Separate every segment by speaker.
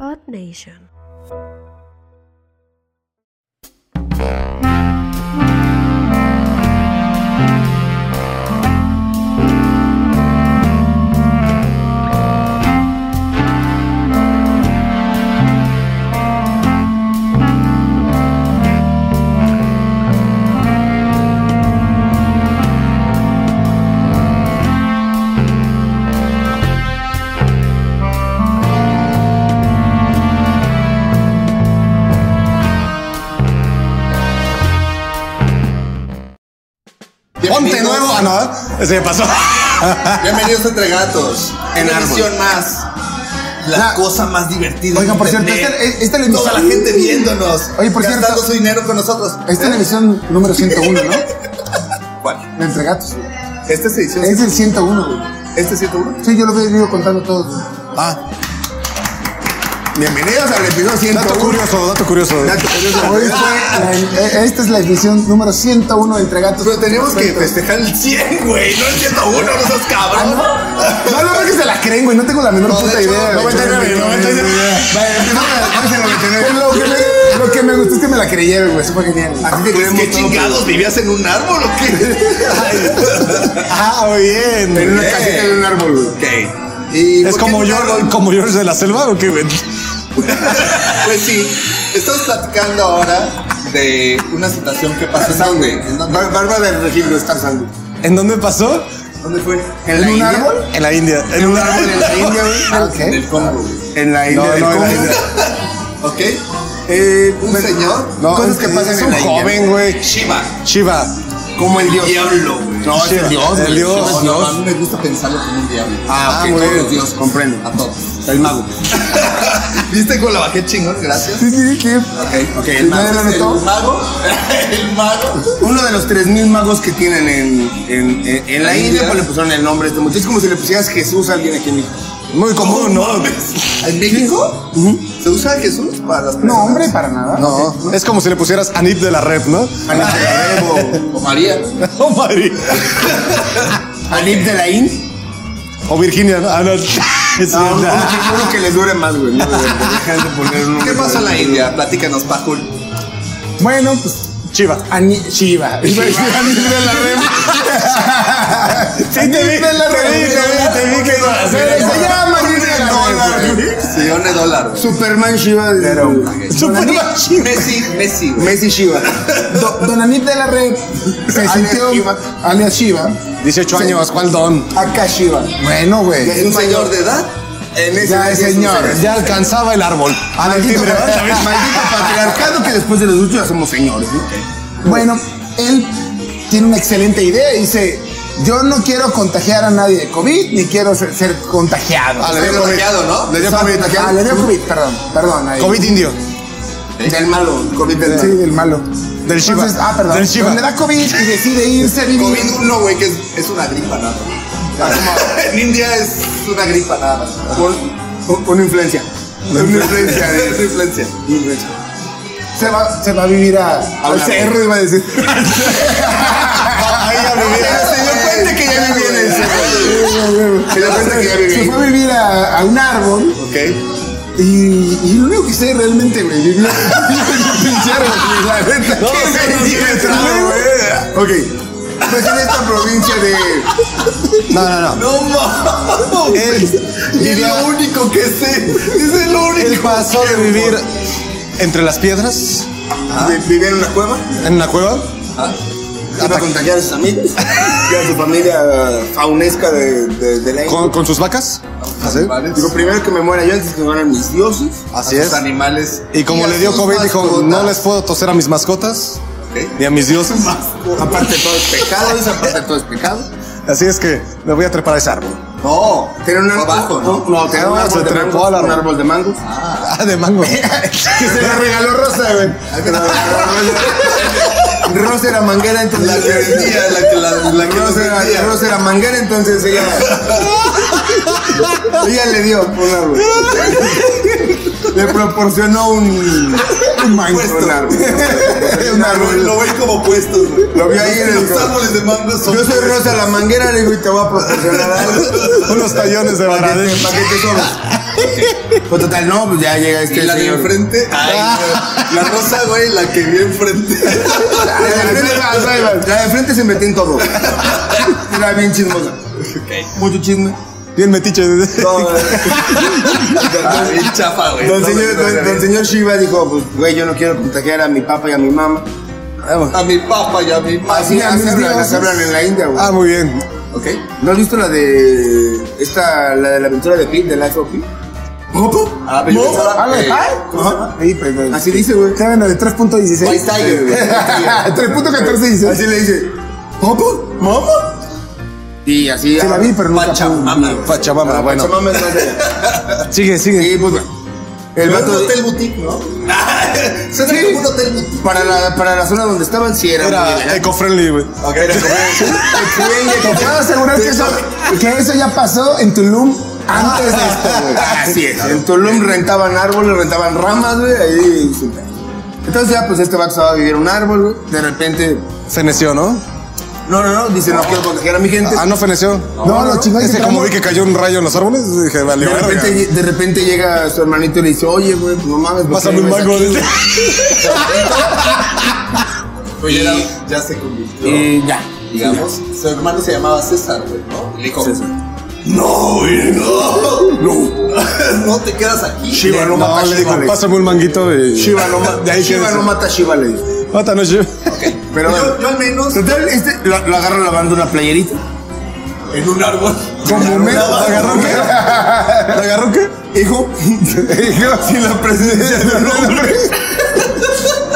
Speaker 1: Earth Nation.
Speaker 2: Ponte nuevo. Ah, no. Se me pasó.
Speaker 3: Bienvenidos a Entre Gatos.
Speaker 2: En
Speaker 3: En
Speaker 2: árbol.
Speaker 3: edición más. La,
Speaker 2: La-
Speaker 3: cosa más divertida.
Speaker 2: Oigan,
Speaker 3: de
Speaker 2: por cierto, este,
Speaker 3: internet.
Speaker 2: esta- esta es la
Speaker 3: Toda la
Speaker 2: emisión-
Speaker 3: gente viéndonos.
Speaker 2: Oye, por
Speaker 3: gastando
Speaker 2: cierto-
Speaker 3: su dinero con nosotros.
Speaker 2: Esta es la edición número 101, ¿no?
Speaker 3: ¿Cuál?
Speaker 2: De Entre Gatos. güey.
Speaker 3: Esta Este es edición.
Speaker 2: Es el 101, güey.
Speaker 3: ¿Este es 101?
Speaker 2: Sí, yo lo he ido contando todo. güey.
Speaker 3: Ah. Bienvenidos al episodio 101.
Speaker 4: Dato curioso, dato curioso.
Speaker 3: Dato curioso.
Speaker 2: Hoy fue la- eh, esta es la edición número 101 de Entre Gatos.
Speaker 3: Pero tenemos que festejar el 100, güey. No el 101, no seas
Speaker 2: Ah,
Speaker 3: cabrón.
Speaker 2: no. No, no, no, que se la creen, güey. No tengo la menor
Speaker 3: No, de
Speaker 2: puta
Speaker 3: hecho,
Speaker 2: idea. güey.
Speaker 3: 99, 99.
Speaker 2: Vale, empezamos a- vamos a 99. Lo que me- Lo que me gustó es que me la creyeron, güey. Eso fue genial.
Speaker 3: Así que
Speaker 4: Pues,
Speaker 3: ¿Qué
Speaker 4: hemos todo
Speaker 3: chingados? ¿Vivías en un árbol o qué?
Speaker 4: Ah, muy bien.
Speaker 2: En una
Speaker 3: Bien.
Speaker 2: casita de un árbol, güey.
Speaker 3: ok. ¿Y
Speaker 4: Es
Speaker 3: por qué
Speaker 4: como
Speaker 3: en un
Speaker 4: yo,
Speaker 3: árbol?
Speaker 4: como George de la selva o qué, güey?
Speaker 3: Pues sí, estamos platicando ahora de una situación que pasó en Sangre. ¿En dónde?
Speaker 2: Barba del registro, está usando.
Speaker 4: ¿En dónde pasó?
Speaker 3: ¿Dónde fue?
Speaker 2: ¿En
Speaker 3: la
Speaker 2: un
Speaker 3: India?
Speaker 2: árbol?
Speaker 4: En la India. En un árbol
Speaker 2: En la India,
Speaker 3: Ah,
Speaker 2: güey.
Speaker 3: En el Congo.
Speaker 2: En
Speaker 4: No,
Speaker 2: la del
Speaker 4: no, en la
Speaker 2: Congo.
Speaker 4: India.
Speaker 3: ¿Ok?
Speaker 2: Eh,
Speaker 3: Un
Speaker 2: bueno,
Speaker 3: señor.
Speaker 2: No,
Speaker 4: Cosas
Speaker 2: es-
Speaker 4: que pasan
Speaker 2: es
Speaker 4: en
Speaker 2: un
Speaker 4: la India.
Speaker 2: joven, güey.
Speaker 3: Shiva.
Speaker 4: Shiva.
Speaker 2: Como el dios.
Speaker 3: Diablo, güey.
Speaker 2: No, es el
Speaker 4: Shiva,
Speaker 2: dios,
Speaker 4: el
Speaker 2: güey.
Speaker 4: dios.
Speaker 2: Shiva es
Speaker 3: No, no, a mí me gusta pensarlo como un diablo.
Speaker 2: Ah,
Speaker 3: ok,
Speaker 2: muy
Speaker 3: todos
Speaker 2: bien.
Speaker 3: los dioses,
Speaker 2: Comprendo.
Speaker 3: A todos.
Speaker 2: El mago.
Speaker 3: ¿Viste cómo la bajé chingón? Gracias.
Speaker 2: Sí, sí, sí. que-
Speaker 3: Ok,
Speaker 2: ok, el mago.
Speaker 3: Entonces, El mago. El mago.
Speaker 2: Uno de los 3.000 magos que tienen en, en, en- en la
Speaker 3: ¿En
Speaker 2: India,
Speaker 3: India?
Speaker 2: pues le pusieron el nombre a este muchacho. Es como si le pusieras Jesús a alguien aquí en México.
Speaker 4: Muy común, ¿no?
Speaker 3: ¿En México? ¿Se usa Jesús para las personas?
Speaker 2: para nada.
Speaker 4: No. Es como si le pusieras Anip de la Red, ¿no?
Speaker 2: Anip de la Rep
Speaker 3: O María.
Speaker 4: Oh, Mari.
Speaker 2: o- Anip de la India.
Speaker 4: O Virginia, ¿no? Ah, no. Es
Speaker 2: No, uno
Speaker 4: verdad.
Speaker 2: que- uno que les dure más, güey. No, de verdad, dejan de poner un
Speaker 3: ¿Qué
Speaker 2: nombre.
Speaker 3: pasó en la India? Platícanos, Pajul.
Speaker 2: Bueno, pues.
Speaker 4: Shiva.
Speaker 2: Ani Shiva. Iba a decir Anip de la Rep.
Speaker 4: Sí, te vi,
Speaker 2: Anip de la
Speaker 4: te vi, te vi,
Speaker 2: Rep.
Speaker 4: te vi que ibas a hacer
Speaker 2: Pero
Speaker 4: eso.
Speaker 2: se llama Anip de la Rep,
Speaker 3: Dólar,
Speaker 2: güey.
Speaker 3: güey. Señor de dólar. güey.
Speaker 2: Superman Shiva. de-
Speaker 4: Superman Shiva.
Speaker 3: Messi, Messi, güey.
Speaker 2: Messi Shiva. Do- Don Anip de la Red se sintió
Speaker 3: Shiva.
Speaker 2: alias Shiva.
Speaker 4: 18 años, ¿cuál don?
Speaker 2: Acá Shiva. Bueno,
Speaker 3: ¿Es
Speaker 2: güey.
Speaker 3: un señor de edad? Eh, En ese
Speaker 2: Ya es señor.
Speaker 4: Ya alcanzaba el árbol. Ah, no,
Speaker 2: Maldito,
Speaker 4: timbre, ¿verdad?
Speaker 2: maldito patriarcado que después de los duchos ya somos señores, ¿no? Bueno, él tiene una excelente idea. Dice: Yo no quiero contagiar a nadie de COVID ni quiero ser, ser contagiado.
Speaker 3: Ah, le dio
Speaker 2: Ser
Speaker 3: COVID.
Speaker 2: contagiado,
Speaker 3: Le dio COVID.
Speaker 2: Ah, le dio COVID, perdón. Perdón. ahí.
Speaker 4: COVID indio.
Speaker 3: Del malo. COVID del
Speaker 2: Sí,
Speaker 3: malo.
Speaker 2: del malo.
Speaker 4: Del Shiva.
Speaker 2: Entonces, ah, perdón.
Speaker 4: Del Shiva.
Speaker 2: Donde da COVID y decide irse a vivir.
Speaker 3: COVID uno, güey, que es, es una gripa nada. más. en India es una gripa nada. más.
Speaker 2: Un- una influencia.
Speaker 3: Una influencia,
Speaker 2: de-
Speaker 3: es una influencia.
Speaker 2: Se va, se va a vivir a, al
Speaker 3: la
Speaker 2: cerro, iba a decir.
Speaker 3: Ahí ya
Speaker 2: Se dio cuenta que ya vivía en el
Speaker 3: Se dio cuenta que ya vivía
Speaker 2: Se
Speaker 3: ahí.
Speaker 2: fue a vivir a, a un árbol
Speaker 3: Ok.
Speaker 2: y, y lo único que sé realmente, güey, vivió en un pinche árbol, güey, la neta.
Speaker 4: No,
Speaker 2: ¿Qué
Speaker 4: sí,
Speaker 2: me
Speaker 4: no, sí,
Speaker 2: dices,
Speaker 4: no,
Speaker 2: güey? Ok. Pues en esta provincia de.
Speaker 4: No, no, no.
Speaker 3: No mames.
Speaker 4: Él
Speaker 3: Es
Speaker 4: vivía-
Speaker 3: lo único que sé. Es lo único.
Speaker 4: Él pasó de vivir entre las piedras,
Speaker 2: de- vivía en una cueva.
Speaker 4: en una cueva.
Speaker 2: Iba a contagiar a sus amigos. Ah. Y a su familia faunesca de, de, de la
Speaker 4: Con, con sus vacas. así.
Speaker 2: Digo, primero que me muera yo antes que me mueran mis dioses.
Speaker 4: Así
Speaker 3: a sus
Speaker 4: es.
Speaker 3: animales.
Speaker 4: Y como
Speaker 3: a
Speaker 4: le dio
Speaker 3: sus
Speaker 4: COVID, dijo:
Speaker 3: mascotas.
Speaker 4: No les puedo toser a mis mascotas
Speaker 3: Ok.
Speaker 4: ni a mis dioses.
Speaker 2: Aparte todo es pecado, esa parte todo es pecado.
Speaker 4: Así es que me voy a trepar a ese árbol.
Speaker 3: No,
Speaker 2: Tiene un árbol.
Speaker 3: abajo, ¿no?
Speaker 2: No, tiene un
Speaker 4: Ah, se
Speaker 2: árbol de
Speaker 4: trepó
Speaker 2: mangos,
Speaker 4: al árbol.
Speaker 2: Un árbol de mangos.
Speaker 4: Ah, de mango.
Speaker 2: Que se le regaló Rosa, güey. Rosa era manguera, entonces.
Speaker 3: La que vendía, la que la, la que nos
Speaker 2: Rosa,
Speaker 3: vendía.
Speaker 2: era, Rosa era manguera, entonces ella. ella le dio un árbol. Le proporcionó un. Un mango.
Speaker 3: Puesto.
Speaker 2: Un árbol. un árbol.
Speaker 3: Lo ven como puestos, güey.
Speaker 2: Lo vi ahí en el-
Speaker 3: Los árboles de mango son.
Speaker 2: Yo soy Rosa la manguera, le digo, y te voy a proporcionar algo. Este,
Speaker 4: Unos tallones de
Speaker 2: Para que
Speaker 4: baradero.
Speaker 2: te sobres. Pues total, no, pues ya llega
Speaker 3: Y
Speaker 2: este
Speaker 3: la de
Speaker 2: señor.
Speaker 3: enfrente, ay,
Speaker 2: Ah.
Speaker 3: no. la rosa, güey, la que vi enfrente.
Speaker 2: La de enfrente, la de enfrente se metió en todo. Era bien chismosa. Mucho chisme.
Speaker 4: Bien metiche.
Speaker 2: Todo.
Speaker 3: Bien chafa, güey.
Speaker 2: Don
Speaker 3: No,
Speaker 2: señor,
Speaker 3: no, no,
Speaker 2: don-
Speaker 3: no.
Speaker 2: don señor Shiva dijo, pues, güey, yo no quiero contagiar a mi papá y a mi mamá. Ah, bueno.
Speaker 3: A mi papá y a mi mamá.
Speaker 2: Así,
Speaker 4: a
Speaker 2: así
Speaker 4: mis
Speaker 2: hablan,
Speaker 4: dioses.
Speaker 2: así hablan en la India, güey.
Speaker 4: Ah, muy bien.
Speaker 3: Ok.
Speaker 2: ¿No has visto la de esta, la de la aventura de Pete, de Life of Pete?
Speaker 3: Ah, pero yo pensaba
Speaker 2: Eh,
Speaker 3: que-
Speaker 2: Ajá.
Speaker 4: Ahí, pues,
Speaker 3: Ah,
Speaker 4: güey.
Speaker 2: Así dice, güey.
Speaker 4: Claro, no, de 3.16.
Speaker 3: White Tiger, güey.
Speaker 4: 3.14 dice.
Speaker 2: Así le dice, ¿Popo? ¿Momo? Y así. ah,
Speaker 4: Se la vi, pero nunca
Speaker 3: Pachamama,
Speaker 4: pude.
Speaker 3: güey.
Speaker 4: Pachamama, bueno.
Speaker 2: Pachamama es más de-
Speaker 4: Sigue, sigue.
Speaker 2: Ah, Sí, pues, güey. El
Speaker 3: El
Speaker 2: vato.
Speaker 3: vato hotel boutique, ¿no? Suena
Speaker 2: Sí.
Speaker 3: como un hotel boutique.
Speaker 2: Para la, para la zona donde estaban, sí era. muy
Speaker 4: Era
Speaker 2: elegante.
Speaker 4: eco-friendly, güey.
Speaker 3: Ok, era como-
Speaker 2: Sí,
Speaker 4: Te puedo asegurar que eso, que eso ya pasó en Tulum antes de esto, güey.
Speaker 2: Así es. En Tulum rentaban árboles, rentaban ramas, güey. Ahí. sí. Entonces ya, pues este vato estaba a vivir en un árbol, güey. De repente.
Speaker 4: Feneció, ¿no?
Speaker 2: No, no, no. Dice, no quiero proteger a mi gente.
Speaker 4: Ah, no feneció. No,
Speaker 2: no,
Speaker 4: lo chingón
Speaker 2: ese
Speaker 4: Ese como vi que cayó un rayo en los árboles, dije, vale,
Speaker 2: De repente, de repente llega su hermanito y le dice, oye, güey, pues no mames. ¿por qué
Speaker 4: Pásame un
Speaker 2: ves
Speaker 4: mango.
Speaker 2: aquí?"
Speaker 3: Oye, era- ya se convirtió.
Speaker 2: Y ya.
Speaker 3: digamos, su hermano se llamaba César, güey, ¿no? Y le dijo,
Speaker 2: César.
Speaker 3: no, güey, no, no, no te quedas aquí.
Speaker 2: Shiva no
Speaker 4: No,
Speaker 2: mata
Speaker 4: le
Speaker 2: Shiva.
Speaker 4: dijo,
Speaker 2: le dijo.
Speaker 4: pásame un manguito y...
Speaker 2: Shiva no ma-
Speaker 4: De ahí
Speaker 2: Shiva
Speaker 4: quédese.
Speaker 2: no mata a Shiva, le dijo.
Speaker 4: Mata, no, Shiva.
Speaker 2: Pero
Speaker 3: yo,
Speaker 2: bueno.
Speaker 3: yo al menos
Speaker 2: Total, este lo, lo agarra lavando una playerita.
Speaker 3: en un árbol.
Speaker 4: Como me...
Speaker 3: Nada más.
Speaker 4: ¿Agarró qué? ¿Agarró qué?
Speaker 2: Hijo, hijo, sin la presencia de un hombre.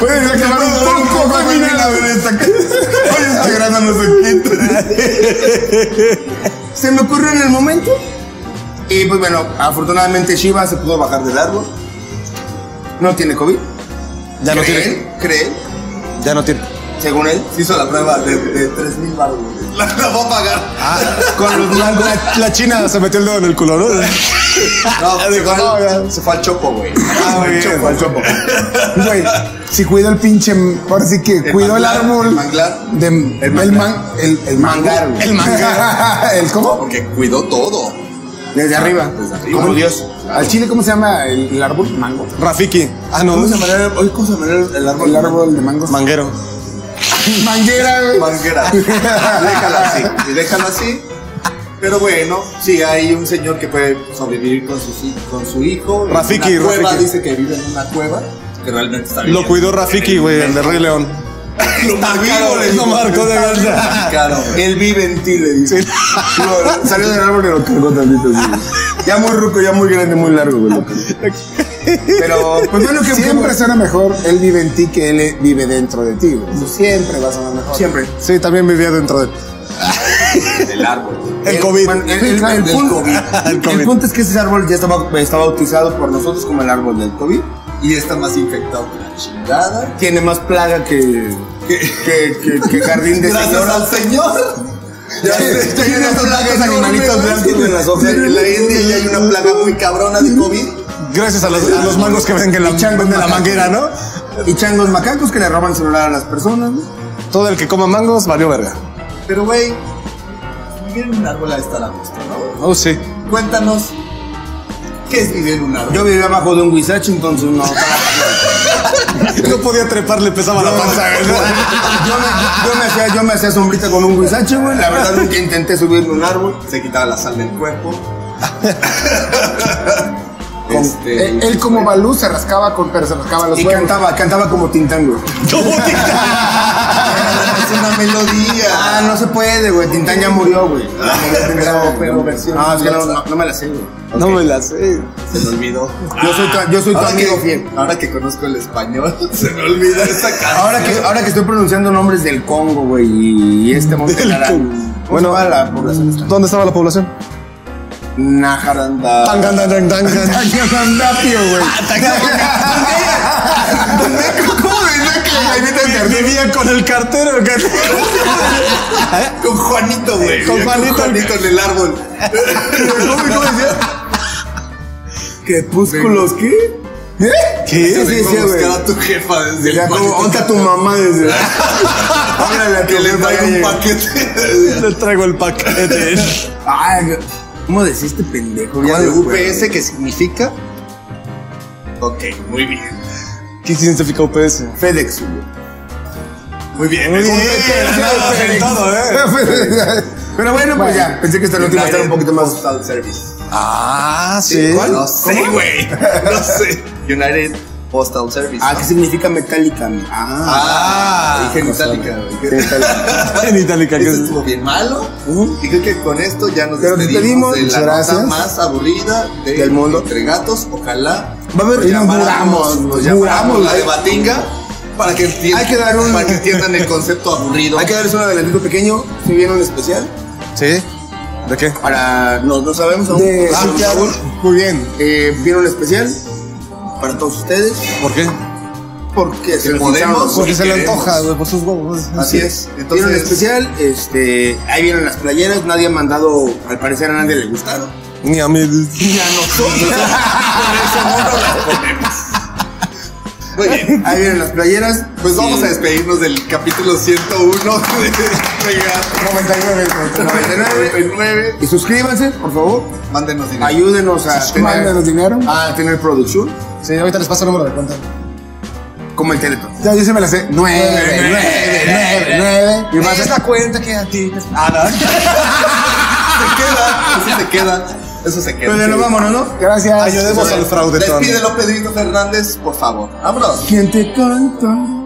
Speaker 2: Puedes acabar un poco femenina, güey, esta Oye, esta grasa no se quita. Se me ocurrió en el momento. Y pues bueno, afortunadamente Shiva se pudo bajar del árbol. No tiene COVID.
Speaker 4: Ya no
Speaker 2: Cree
Speaker 4: tiene.
Speaker 2: él, cree él,
Speaker 4: Ya no tiene.
Speaker 2: según él.
Speaker 3: Se hizo la prueba de, de 3 mil baros, güey. La, la voy a pagar.
Speaker 4: Ah, Con los blancos. La, la china se metió el dedo en el culo, ¿no?
Speaker 2: Ah,
Speaker 3: No, se,
Speaker 4: dijo,
Speaker 3: fue
Speaker 4: no,
Speaker 3: al,
Speaker 4: ya.
Speaker 3: se fue al chopo, güey.
Speaker 4: Ah, muy bien.
Speaker 2: Chopo, al chopo.
Speaker 4: Güey, si cuido el pinche. Ahora sí que cuido el
Speaker 3: manglar,
Speaker 4: árbol.
Speaker 3: el manglar.
Speaker 4: de-
Speaker 2: El
Speaker 4: el,
Speaker 2: manglar.
Speaker 4: man- el, el mangar.
Speaker 2: Mangar, güey.
Speaker 4: El mangar. ¿El cómo?
Speaker 3: Porque cuidó todo.
Speaker 2: Desde arriba.
Speaker 3: Desde arriba.
Speaker 2: Como Dios. ¿Al chile cómo se llama el, el árbol? Mango.
Speaker 4: Rafiki. Ah, no.
Speaker 2: ¿Cómo se llama el árbol? ¿Cómo se llama el árbol?
Speaker 4: El árbol de mangos. Manguero.
Speaker 2: Manguera, güey.
Speaker 3: Manguera. Déjala así. Y déjala así. Pero bueno, sí hay un señor que puede sobrevivir con su, hi- con su hijo. en
Speaker 4: Rafiki,
Speaker 3: una cueva,
Speaker 4: Rafiki.
Speaker 3: dice que vive en una cueva. Que realmente está
Speaker 4: Lo
Speaker 3: viviendo
Speaker 4: cuidó
Speaker 3: en
Speaker 4: Rafiki,
Speaker 3: el-
Speaker 4: güey, el de Rey León.
Speaker 3: Lo
Speaker 2: Ah,
Speaker 3: marcó,
Speaker 4: vivo,
Speaker 3: le
Speaker 4: lo
Speaker 3: dijo.
Speaker 4: marcó de
Speaker 3: Está
Speaker 4: verdad.
Speaker 3: Claro.
Speaker 2: Él vive en ti, le dice.
Speaker 4: Sí.
Speaker 2: No, salió del árbol y lo cargó tantito. así, güey. Ya muy ruco, ya muy grande, muy largo, güey. lo cargó. Pero, pues bueno, que
Speaker 4: Siempre suena mejor él vive en ti que él vive dentro de ti, güey.
Speaker 2: siempre va a sonar mejor. Siempre.
Speaker 4: Sí, también vivía dentro de él.
Speaker 3: Del árbol.
Speaker 4: El COVID.
Speaker 2: bueno, el,
Speaker 4: Sí,
Speaker 2: el-
Speaker 4: claro,
Speaker 2: el
Speaker 4: del
Speaker 2: punto,
Speaker 4: COVID.
Speaker 2: el
Speaker 4: El COVID.
Speaker 2: punto es que ese árbol ya estaba, está bautizado por nosotros como el árbol del COVID.
Speaker 3: Y está más infectado que la chingada.
Speaker 2: Tiene más plaga que, que, que, que jardín de
Speaker 3: Gracias
Speaker 2: señora.
Speaker 3: al señor. Ya
Speaker 2: Sí,
Speaker 3: sé,
Speaker 2: tiene
Speaker 3: tiene
Speaker 2: unas
Speaker 3: plaga
Speaker 2: plagas
Speaker 3: enorme,
Speaker 2: animalitos
Speaker 3: güey.
Speaker 2: blancos en las hojas.
Speaker 3: En la India ya hay una plaga muy cabrona de COVID.
Speaker 4: Gracias a los, a los mangos que ven que la,
Speaker 2: Y changos
Speaker 4: de la
Speaker 2: macacos.
Speaker 4: manguera, ¿no?
Speaker 2: Y changos macacos que le roban celular a las personas. ¿no?
Speaker 4: Todo el que coma mangos valió verga.
Speaker 3: Pero, güey, vivir en un árbol ha de estar a gusto, ¿no?
Speaker 4: Oh, sí.
Speaker 3: Cuéntanos, ¿qué es vivir en un árbol?
Speaker 2: Yo vivía abajo de un huizache, entonces no.
Speaker 4: No podía trepar, le pesaba la panza, güey.
Speaker 2: Yo me, yo me hacía, yo me hacía sombrita con un huizache, güey. La verdad nunca intenté subirme a un árbol.
Speaker 3: Se quitaba la sal del cuerpo.
Speaker 2: Con-
Speaker 3: Este,
Speaker 2: él, él como Balú se rascaba con, pero se rascaba los
Speaker 4: Y
Speaker 2: huevos. cantaba, cantaba como Tintán, güey.
Speaker 3: es una melodía.
Speaker 2: Ah, no se puede, güey. Tintán ya murió, güey.
Speaker 3: Pero- pero versión
Speaker 2: No, es que no,
Speaker 3: rusa.
Speaker 2: no- no me la sé, güey.
Speaker 4: No me la sé.
Speaker 3: Se me olvidó.
Speaker 2: Yo soy tu, yo soy tu
Speaker 3: Ahora
Speaker 2: amigo
Speaker 3: que,
Speaker 2: fiel.
Speaker 3: ahora que conozco el español, se me olvida esta canción.
Speaker 2: Ahora que, ahora que estoy pronunciando nombres del Congo, güey, y- y este monte
Speaker 4: Del
Speaker 2: Nara-
Speaker 4: Congo.
Speaker 2: Bueno, va la población esta.
Speaker 4: ¿Dónde estaba la población?
Speaker 2: Najaranda.
Speaker 4: Tangandandangan.
Speaker 2: Najarandapio, güey.
Speaker 3: ¿Cómo decía que la imita el cartero?
Speaker 4: Vivía con el cartero. el cartero.
Speaker 3: Con Juanito, güey.
Speaker 4: Con Juanito.
Speaker 3: Juanito en el árbol.
Speaker 2: ¿Cómo, cómo decía? Crepúsculos, ¿qué? ¿Eh?
Speaker 4: ¿Qué?
Speaker 2: Sí, sí,
Speaker 3: Vengo
Speaker 2: sí,
Speaker 3: a
Speaker 2: güey.
Speaker 3: buscar a tu jefa desde el
Speaker 2: Ya como,
Speaker 3: Juanito.
Speaker 2: ¿dónde está tu mamá desde? Háblale a tu
Speaker 3: Que le
Speaker 2: jefa,
Speaker 3: traiga
Speaker 2: ya
Speaker 3: un
Speaker 2: llega.
Speaker 3: paquete.
Speaker 4: Le traigo el paquete.
Speaker 2: Ay,
Speaker 3: ¿Cómo decís este pendejo? Ya lo
Speaker 5: Guadalupe.
Speaker 3: sé.
Speaker 4: UPS que significa
Speaker 5: Ok, muy bien.
Speaker 4: ¿Qué significa UPS?
Speaker 5: FedEx, güey. Muy bien.
Speaker 2: Muy bien.
Speaker 6: en todo, ¿eh?
Speaker 2: Pero bueno, pues ya. Pensé que esta
Speaker 5: United
Speaker 2: última estaba un poquito más.
Speaker 5: Postal Service.
Speaker 4: Ah, sí.
Speaker 5: No sé, güey. No sé.
Speaker 4: United Postal Service.
Speaker 3: Ah, ¿qué significa metálica? Ah,
Speaker 5: Ah, dije
Speaker 3: cosa,
Speaker 5: metálica,
Speaker 3: sí,
Speaker 5: güey.
Speaker 3: está bien.
Speaker 4: en itálica. ¿qué
Speaker 5: Eso
Speaker 4: es?
Speaker 5: estuvo bien malo. Y creo que con esto ya nos
Speaker 2: Pero nos
Speaker 5: despedimos de
Speaker 2: despedimos,
Speaker 5: la nota
Speaker 2: gracias.
Speaker 5: más aburrida de-
Speaker 3: Del mundo.
Speaker 5: entre gatos. Ojalá
Speaker 2: Va a haber-
Speaker 5: nos
Speaker 2: y nos
Speaker 5: llamaran-
Speaker 2: muramos, nos
Speaker 5: llamaran
Speaker 2: muramos,
Speaker 5: la de
Speaker 2: güey.
Speaker 5: Batinga para que entiendan,
Speaker 2: Hay que dar un-
Speaker 5: para que entiendan el concepto aburrido.
Speaker 3: Hay que darles un adelantico pequeño. Si vieron un especial.
Speaker 4: ¿Sí? ¿De qué?
Speaker 3: Para. No, no sabemos aún.
Speaker 2: De,
Speaker 3: Ah,
Speaker 2: sí,
Speaker 3: por
Speaker 2: claro.
Speaker 3: favor.
Speaker 4: Muy bien.
Speaker 3: Eh, vieron un especial. Para todos ustedes.
Speaker 4: ¿Por qué?
Speaker 3: Porque se
Speaker 5: podemos.
Speaker 3: podemos.
Speaker 4: Porque se le
Speaker 5: queremos.
Speaker 4: antoja, güey, por sus huevos.
Speaker 5: Así es.
Speaker 3: Vieron el
Speaker 5: Entonces,
Speaker 3: especial, este, ahí vieron las playeras, nadie ha mandado, al parecer a nadie le gustaron.
Speaker 4: Ni a mí.
Speaker 3: Y a nosotros.
Speaker 5: muy bien.
Speaker 3: Ahí vieron las playeras.
Speaker 5: Pues vamos a despedirnos del capítulo 101 de, de Gatos
Speaker 2: 99.
Speaker 3: 99.
Speaker 5: 99.
Speaker 3: Y suscríbanse, por favor.
Speaker 5: Mándenos dinero.
Speaker 3: Ayúdenos a
Speaker 2: Mándanos
Speaker 3: tener,
Speaker 2: dinero.
Speaker 3: a tener producción.
Speaker 4: Sí, ahorita les paso el número de cuenta.
Speaker 3: Como el teletón.
Speaker 2: Ya, yo se me la sé. 9, 9, 9, 9.
Speaker 4: Y más es la cuenta que a ti.
Speaker 5: Se queda. Eso se queda. Eso se queda.
Speaker 3: Pero no vámonos, ¿no?
Speaker 2: Gracias.
Speaker 4: Ayudemos al fraudetón.
Speaker 5: Despídelo, Pedrito Fernández, por favor. Vámonos.
Speaker 2: ¿Quién te canta?